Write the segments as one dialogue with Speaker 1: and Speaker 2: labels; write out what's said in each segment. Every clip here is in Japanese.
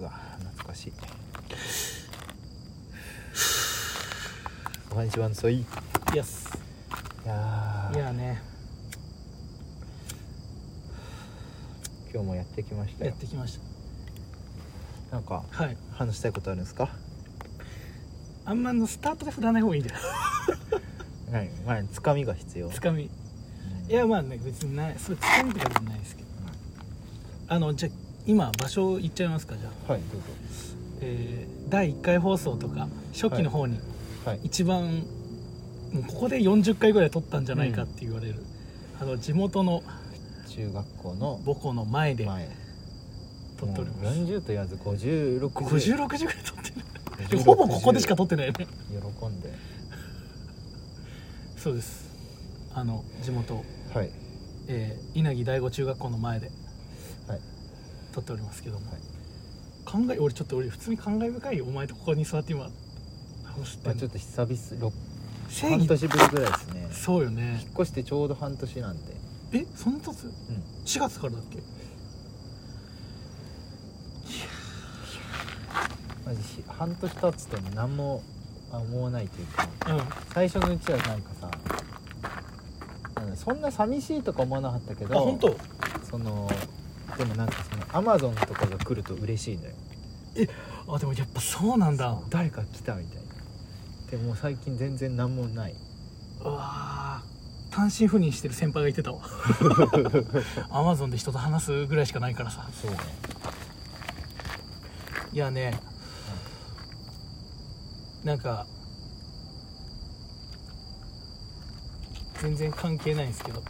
Speaker 1: うわ懐かしいおはにちはんそいい
Speaker 2: イエス
Speaker 1: やー
Speaker 2: いやね
Speaker 1: 今日もやってきました
Speaker 2: や
Speaker 1: よ
Speaker 2: ってきまし
Speaker 1: なんか
Speaker 2: たはい
Speaker 1: 話したいことあるんですか
Speaker 2: あんまのスタートで振らない方がいいんじゃない
Speaker 1: 何前つかみが必要
Speaker 2: つかみい
Speaker 1: うん
Speaker 2: やまあね別にないそれつかみとかじゃないですけどあのじゃあ今場所行っちゃいますかじゃあ、
Speaker 1: はいどうぞ
Speaker 2: えー第1回放送とか初期の方に
Speaker 1: はい
Speaker 2: 一番もうここで40回ぐらい撮ったんじゃないかって言われる、あの地元の
Speaker 1: 中学校の
Speaker 2: 母校の前で
Speaker 1: 前
Speaker 2: 撮っております、
Speaker 1: もう40と言わず56
Speaker 2: 56時ぐらい撮って
Speaker 1: 56
Speaker 2: る ほぼここでしか撮ってないよね
Speaker 1: 喜んで
Speaker 2: そうですあの地元、
Speaker 1: はい
Speaker 2: えー稲城第五中学校の前で
Speaker 1: はい
Speaker 2: 撮っておりますけども、
Speaker 1: はい
Speaker 2: 感慨俺ちょっと俺普通に感慨深いよお前とここに座って今話して
Speaker 1: まあ
Speaker 2: んの
Speaker 1: ちょっと久々ろ
Speaker 2: 正
Speaker 1: 半
Speaker 2: 義
Speaker 1: 年ぶりぐらいですね
Speaker 2: そうよね
Speaker 1: 引っ越してちょうど半年なんで
Speaker 2: えそんな経つ
Speaker 1: うん
Speaker 2: 4月からだっけ
Speaker 1: マジし半年経つと何も思わないというか
Speaker 2: うん
Speaker 1: 最初のうちはなんかさなんかそんな寂しいとか思わなかったけど
Speaker 2: あ本当
Speaker 1: そのでもなんかそのアマゾンとかが来ると嬉しいのよ
Speaker 2: あでもやっぱそうなんだ
Speaker 1: そう誰か来たみたいなでも最近全然何もないう
Speaker 2: わー単身赴任してる先輩が言って たわアマゾンで人と話すぐらいしかないからさ
Speaker 1: そうね
Speaker 2: いやねなんか全然関係ないんですけど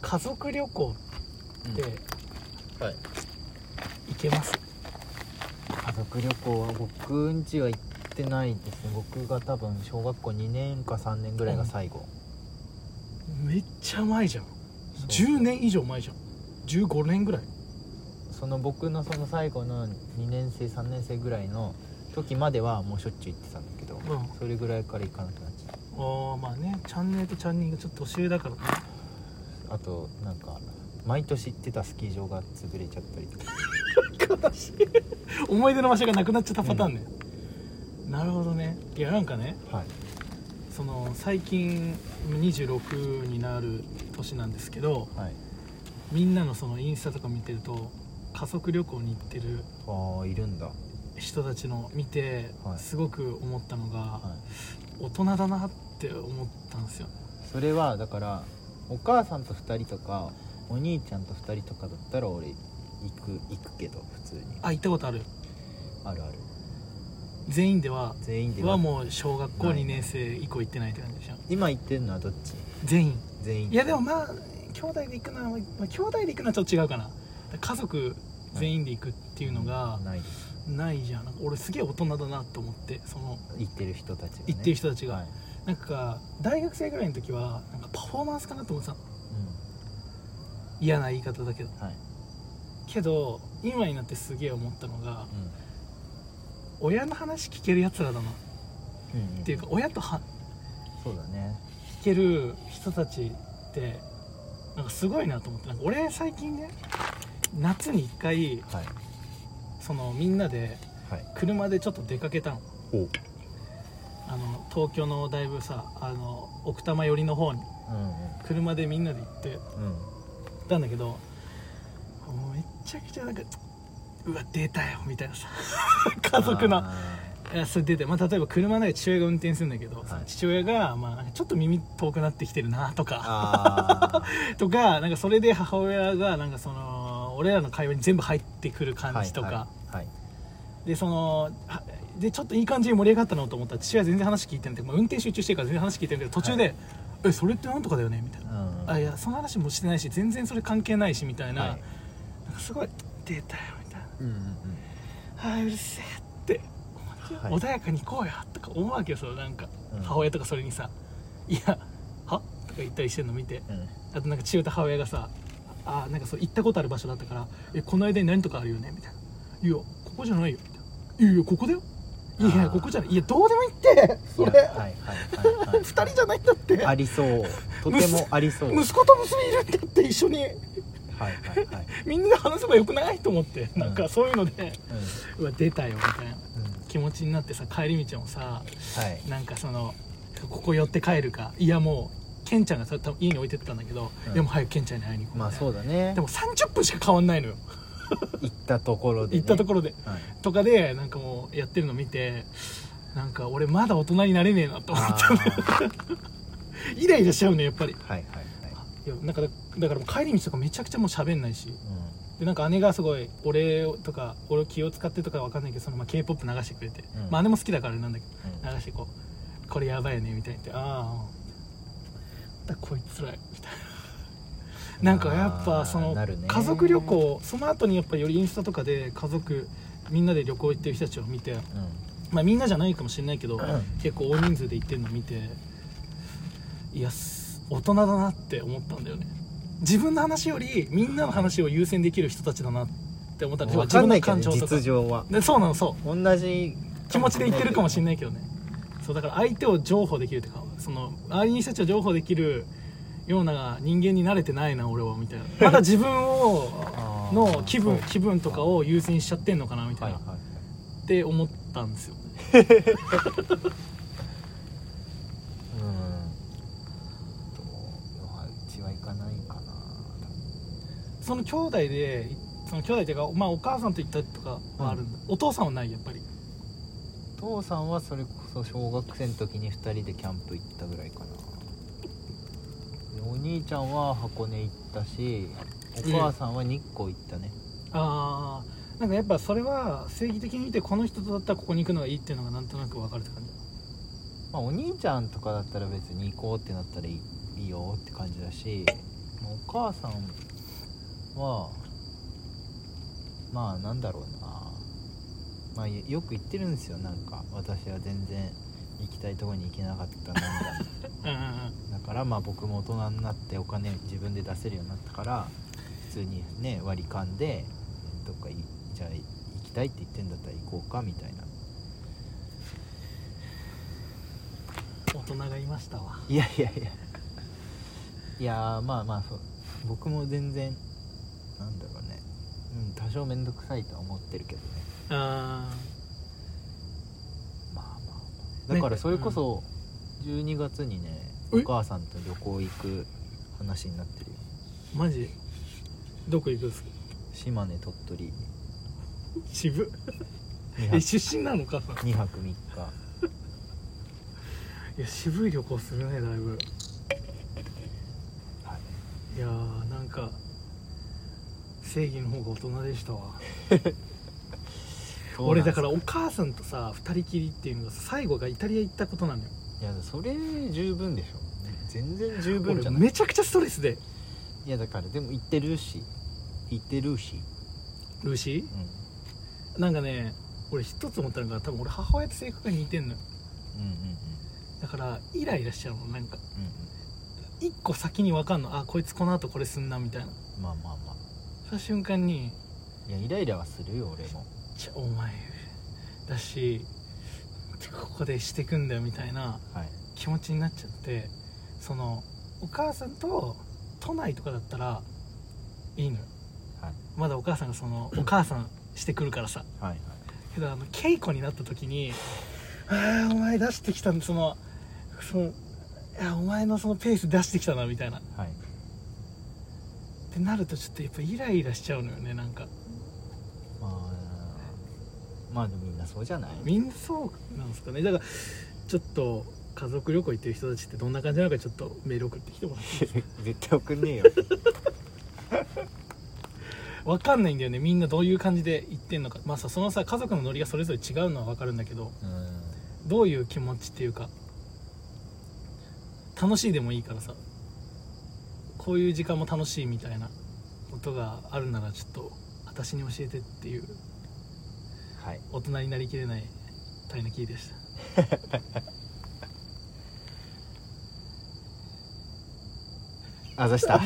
Speaker 2: 家族旅行
Speaker 1: うん
Speaker 2: って
Speaker 1: はい
Speaker 2: 行けます、
Speaker 1: 家族旅行は僕んちは行ってないですね僕が多分小学校2年か3年ぐらいが最後、
Speaker 2: めっちゃ前じゃん
Speaker 1: そう
Speaker 2: 10年以上前じゃん15年ぐらい
Speaker 1: その僕のその最後の2年生3年生ぐらいの時まではもうしょっちゅう行ってたんだけど、
Speaker 2: ん
Speaker 1: それぐらいから行かなくなっちゃっ
Speaker 2: ああまあねチャンネルとチャンネルがちょっと年上だからね
Speaker 1: たあとなんか毎年行ってたスキー場が潰れちゃったりとか
Speaker 2: 悲しい思い出の場所がなくなっちゃったパターンね、なるほどねいやなんかね
Speaker 1: はい
Speaker 2: その最近26になる年なんですけど
Speaker 1: はい
Speaker 2: みんなのそのインスタとか見てると家族旅行に行ってる
Speaker 1: ああいるんだ、は
Speaker 2: 人たちの見て
Speaker 1: はい
Speaker 2: すごく思ったのが
Speaker 1: い、
Speaker 2: 大人だなって思ったんですよ
Speaker 1: それはだからお母さんと2人とかお兄ちゃんと2人とかだったら俺行く行くけど普通に
Speaker 2: あ行ったことある
Speaker 1: あるある
Speaker 2: 全員では
Speaker 1: 全員で
Speaker 2: はもう小学校
Speaker 1: ない
Speaker 2: 2年生以降行ってないって感じでしょ
Speaker 1: 今行ってるのはどっち
Speaker 2: 全員
Speaker 1: 全員
Speaker 2: いやでもまあ兄弟で行くのは、まあ、兄弟で行くのはちょっと違うかな家族全員で行くっていうのが
Speaker 1: ないです
Speaker 2: ないじゃんなんか俺すげえ大人だなと思ってその
Speaker 1: 行ってる人たちが、ね、
Speaker 2: 行ってる人たちが、
Speaker 1: はい
Speaker 2: なんか大学生ぐらいの時はなんかパフォーマンスかなと思ってたの嫌な言い方だけど
Speaker 1: うんはい
Speaker 2: けど今になってすげえ思ったのが
Speaker 1: うん
Speaker 2: 親の話聞けるやつらだなっ
Speaker 1: うん
Speaker 2: ていうか親とは
Speaker 1: そうだね
Speaker 2: 聞ける人たちってなんかすごいなと思ってなんか俺最近ね夏に1回
Speaker 1: はい
Speaker 2: そのみんなで
Speaker 1: はい
Speaker 2: 車でちょっと出かけたの
Speaker 1: おうん
Speaker 2: あの東京のだいぶさあの奥多摩寄りの方に車でみんなで行って行
Speaker 1: うんうん
Speaker 2: ったんだけどもうめちゃくちゃなんかうわ出たよみたいなさ 家族の
Speaker 1: あ
Speaker 2: いやそれ出て、まあ、例えば車なら父親が運転するんだけど、
Speaker 1: い
Speaker 2: その父親が、まあ、なんかちょっと耳遠くなってきてるなと
Speaker 1: ー
Speaker 2: か
Speaker 1: あ
Speaker 2: とかなんかそれで母親がなんかその俺らの会話に全部入ってくる
Speaker 1: ー
Speaker 2: 感じとか、
Speaker 1: はいはい、はい
Speaker 2: でそのはでちょっといい感じに盛り上がったなと思ったら父親全然話聞いてなくて、まあ、運転集中してるから全然話聞いてるけど途中で
Speaker 1: は
Speaker 2: 「
Speaker 1: い
Speaker 2: えそれってなんとかだよね」みたいな
Speaker 1: う、ん
Speaker 2: あいやその話もしてないし全然それ関係ないしみたいな,、
Speaker 1: はい
Speaker 2: なんかすごい「出たよ」みたいな
Speaker 1: うんうん
Speaker 2: 「あーうるせえ」って、
Speaker 1: はい
Speaker 2: 穏やかに行こうよ」とか思うわけよそのなんか、
Speaker 1: うん
Speaker 2: 母親とかそれにさ「いやは?」とか言ったりしてるの見て
Speaker 1: うんうん
Speaker 2: あとなんか父親と母親がさ「あなんかそう行ったことある場所だったからえこの間に何とかあるよね」みたいな「いやここじゃないよ」みたいな「いやいやここだよ」いやいや
Speaker 1: あー
Speaker 2: ここじゃないいやどうでもいいってそ
Speaker 1: い
Speaker 2: れ、
Speaker 1: やはいはいはい はい
Speaker 2: 2人じゃないんだって
Speaker 1: ありそうとてもありそう
Speaker 2: 息子と娘いるんだって一緒に
Speaker 1: はいはいはい、
Speaker 2: みんなで話せばよくないと思ってなんかそういうので、
Speaker 1: うんうん
Speaker 2: うわ出たよみたいな気持ちになってさ帰り道もさ
Speaker 1: はい
Speaker 2: なんかそのここ寄って帰るかいやもうケンちゃんがさ多分家に置いてってたんだけど、
Speaker 1: うん
Speaker 2: でも早くケンちゃんに会いに行こう
Speaker 1: まあそううだね
Speaker 2: でも30分しか変わんないのよ、
Speaker 1: 行ったところで、ね、
Speaker 2: 行ったところで
Speaker 1: ろ、 はい、
Speaker 2: とかでなんかもうやってるの見てなんか俺まだ大人になれねえなと思っ
Speaker 1: あ
Speaker 2: て
Speaker 1: ーはい
Speaker 2: イライラしちゃうねやっぱり
Speaker 1: はいはい、
Speaker 2: いやなんかだだからもう帰り道とかめちゃくちゃもう喋んないし
Speaker 1: う
Speaker 2: でなんか姉がすごい俺とか俺を気を使ってとかわかんないけどそのまあ k p o p 流してくれて、
Speaker 1: うん
Speaker 2: まあ姉も好きだからあれなんだけ
Speaker 1: ん
Speaker 2: ど流してこうこれやばいよねみたいに言ってああだこいつらみたいななんかや
Speaker 1: あ
Speaker 2: っぱ
Speaker 1: ー
Speaker 2: その
Speaker 1: なるね
Speaker 2: 家族旅行その後にやっぱよりインスタとかで家族みんなで旅行行ってる人たちを見て
Speaker 1: うん、うん
Speaker 2: まあみんなじゃないかもしれないけど、
Speaker 1: ん
Speaker 2: 結構大人数で行ってるの見ていやす大人だなって思ったんだよね自分の話よりみんなの話を優先できる人たちだなって思ったんですよ
Speaker 1: 分
Speaker 2: 自
Speaker 1: か
Speaker 2: 分
Speaker 1: んな
Speaker 2: の
Speaker 1: いけど、
Speaker 2: 感
Speaker 1: ね、
Speaker 2: 情とか
Speaker 1: 実情は
Speaker 2: でそうなのそう
Speaker 1: 同じ
Speaker 2: 気持ちで言ってるかもしれ
Speaker 1: い
Speaker 2: ないけどねそうだから相手を譲歩できるというかその周りの人たちを譲歩できるような人間に慣れてないな俺はみたい なまだ自分を
Speaker 1: あー
Speaker 2: の気分
Speaker 1: そう
Speaker 2: 気分とかを優先しちゃってんのかなみた
Speaker 1: はいい
Speaker 2: な、
Speaker 1: はいはい
Speaker 2: って思ったんですよね
Speaker 1: うんとうちは行かないかな
Speaker 2: その兄弟でその兄弟っていうか、まあ、お母さんと行ったとかはあるんだ、お父さんはないやっぱり
Speaker 1: 父さんはそれこそ小学生の時に2人でキャンプ行ったぐらいかなお兄ちゃんは箱根行ったしお母さんは日光行ったね、
Speaker 2: ああなんかやっぱそれは正義的に見てこの人とだったらここに行くのがいいっていうのがなんとなく分かるって感じ
Speaker 1: まあ、お兄ちゃんとかだったら別に行こうってなったらいいいいよって感じだしまあお母さんはまあなんだろうな、まあ、よよく言ってるんですよなんか私は全然行きたいとこに行けなかったなんだ
Speaker 2: うんうんうん
Speaker 1: だからまあ僕も大人になってお金自分で出せるようになったから普通にね割り勘でどっかいじゃあ行きたいって言ってんだったら行こうかみたいな
Speaker 2: 大人がいましたわ
Speaker 1: いやいやいやいやーまあまあそう僕も全然なんだろうね、うん、多少面倒くさいとは思ってるけどね
Speaker 2: あ
Speaker 1: まあまあまあだ
Speaker 2: ね
Speaker 1: からそれこそ12月にね、
Speaker 2: え
Speaker 1: お母さんと旅行行く話になってるよ
Speaker 2: ーマジどこ行くんですか
Speaker 1: 島根鳥 取
Speaker 2: 渋っ
Speaker 1: 2
Speaker 2: え
Speaker 1: 泊
Speaker 2: 出身なのお母さん
Speaker 1: 2泊3日
Speaker 2: いや渋い旅行するねだいぶ
Speaker 1: はい
Speaker 2: いやーなんか正義の方が大人でしたわ俺だからお母さんとさ2人きりっていうのがさ最後がイタリア行ったことなのよ
Speaker 1: いやそれ十分でしょ全然十分じ
Speaker 2: 俺
Speaker 1: ゃない
Speaker 2: めちゃくちゃストレスで
Speaker 1: いやだからでも行ってるし行ってるし
Speaker 2: ルーシ
Speaker 1: う
Speaker 2: ーなんかね俺一つ思ったのが多分俺母親と性格が似てんの
Speaker 1: ん
Speaker 2: よ
Speaker 1: うんうん
Speaker 2: だからイライラしちゃうのなんか
Speaker 1: うん
Speaker 2: 一個先に分かんのあこいつこの後これすんなみたいな
Speaker 1: うんうんまあまあまあ
Speaker 2: その瞬間に
Speaker 1: いやイライラはするよ俺も
Speaker 2: 「ちょお前だしここでしてくんだよ」みたいな
Speaker 1: はい
Speaker 2: 気持ちになっちゃってそのお母さんと都内とかだったらいいのよ
Speaker 1: はい
Speaker 2: まだお母さんがそのお母さんしてくるからさ
Speaker 1: はいはい
Speaker 2: けどあの稽古になった時に「ああお前出してきたんだそのそのいやお前のそのペース出してきたな」みたいなっ
Speaker 1: はい
Speaker 2: てなるとちょっとやっぱイライラしちゃうのよねなんか
Speaker 1: まあまあでもみんなそうじゃない
Speaker 2: みんなそうなんですかねだからちょっと家族旅行行ってる人たちってどんな感じなのかちょっとメール送ってきてもらって
Speaker 1: 絶対送んねえよ
Speaker 2: わかんないんだよねみんなどういう感じで行ってんのかまあさそのさ家族のノリがそれぞれ違うのはわかるんだけど
Speaker 1: うん
Speaker 2: どういう気持ちっていうか楽しいでもいいからさこういう時間も楽しいみたいなことがあるならちょっと私に教えてっていう
Speaker 1: はい
Speaker 2: 大人になりきれないタイナキーでした
Speaker 1: あざした